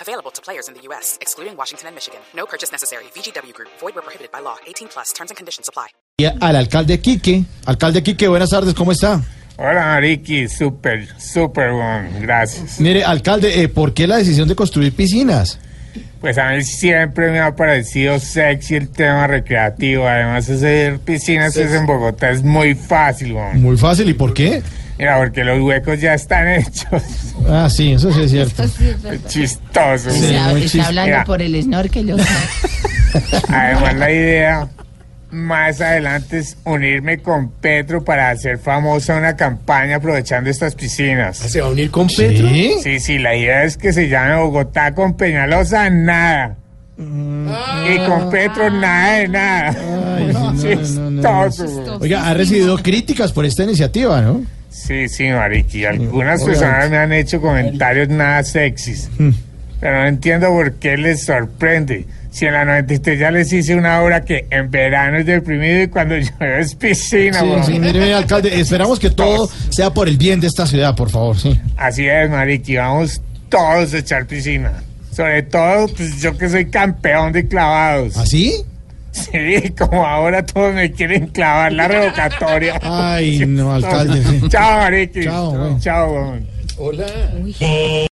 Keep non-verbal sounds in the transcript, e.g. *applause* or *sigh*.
Available to players in the U.S., excluding Washington and Michigan. No purchase necessary. VGW Group, void were prohibited by law. 18 plus terms and conditions apply. Y al alcalde Quique. Alcalde Quique, buenas tardes, ¿cómo está? Hola, Ricky, súper, súper bueno, gracias. Mire, alcalde, eh, ¿por qué la decisión de construir piscinas? Pues a mí siempre me ha parecido sexy el tema recreativo. Además, hacer piscinas es en Bogotá es muy fácil, weón. Muy fácil, ¿y por qué? Mira, porque los huecos ya están *laughs* hechos. Ah, sí, eso sí es cierto. Chistoso. Sí, Está- muy chis- está hablando Mira. por el snorkel. o sea. Además, la idea más adelante es unirme con Petro para hacer famosa una campaña aprovechando estas piscinas. ¿Se va a unir con Petro? Sí. Sí, sí, la idea es que se llame Bogotá con Peñalosa, nada. Y con Petro, nada de nada. Mm. Ah. Ay, no, no, no, no. Chistoso. Oiga, ha recibido críticas por esta iniciativa, ¿no? Sí, sí, Mariqui. Algunas Obviamente. Mm. personas me han hecho comentarios nada sexys. Pero no entiendo por qué les sorprende. Si en la 93 ya les hice una obra que en verano es deprimido y cuando *laughs* llueve es piscina, Sí, weón. sí, mire, mire, alcalde, esperamos que todo sea por el bien de esta ciudad, por favor, sí. Así es, Mariqui. Vamos todos a echar piscina. Sobre todo, pues yo que soy campeón de clavados. ¿Así? Sí, como ahora todos me quieren clavar la revocatoria. Ay, no, alcalde. sí. Chao, Mariqui. Chao, weón. Chao, weón.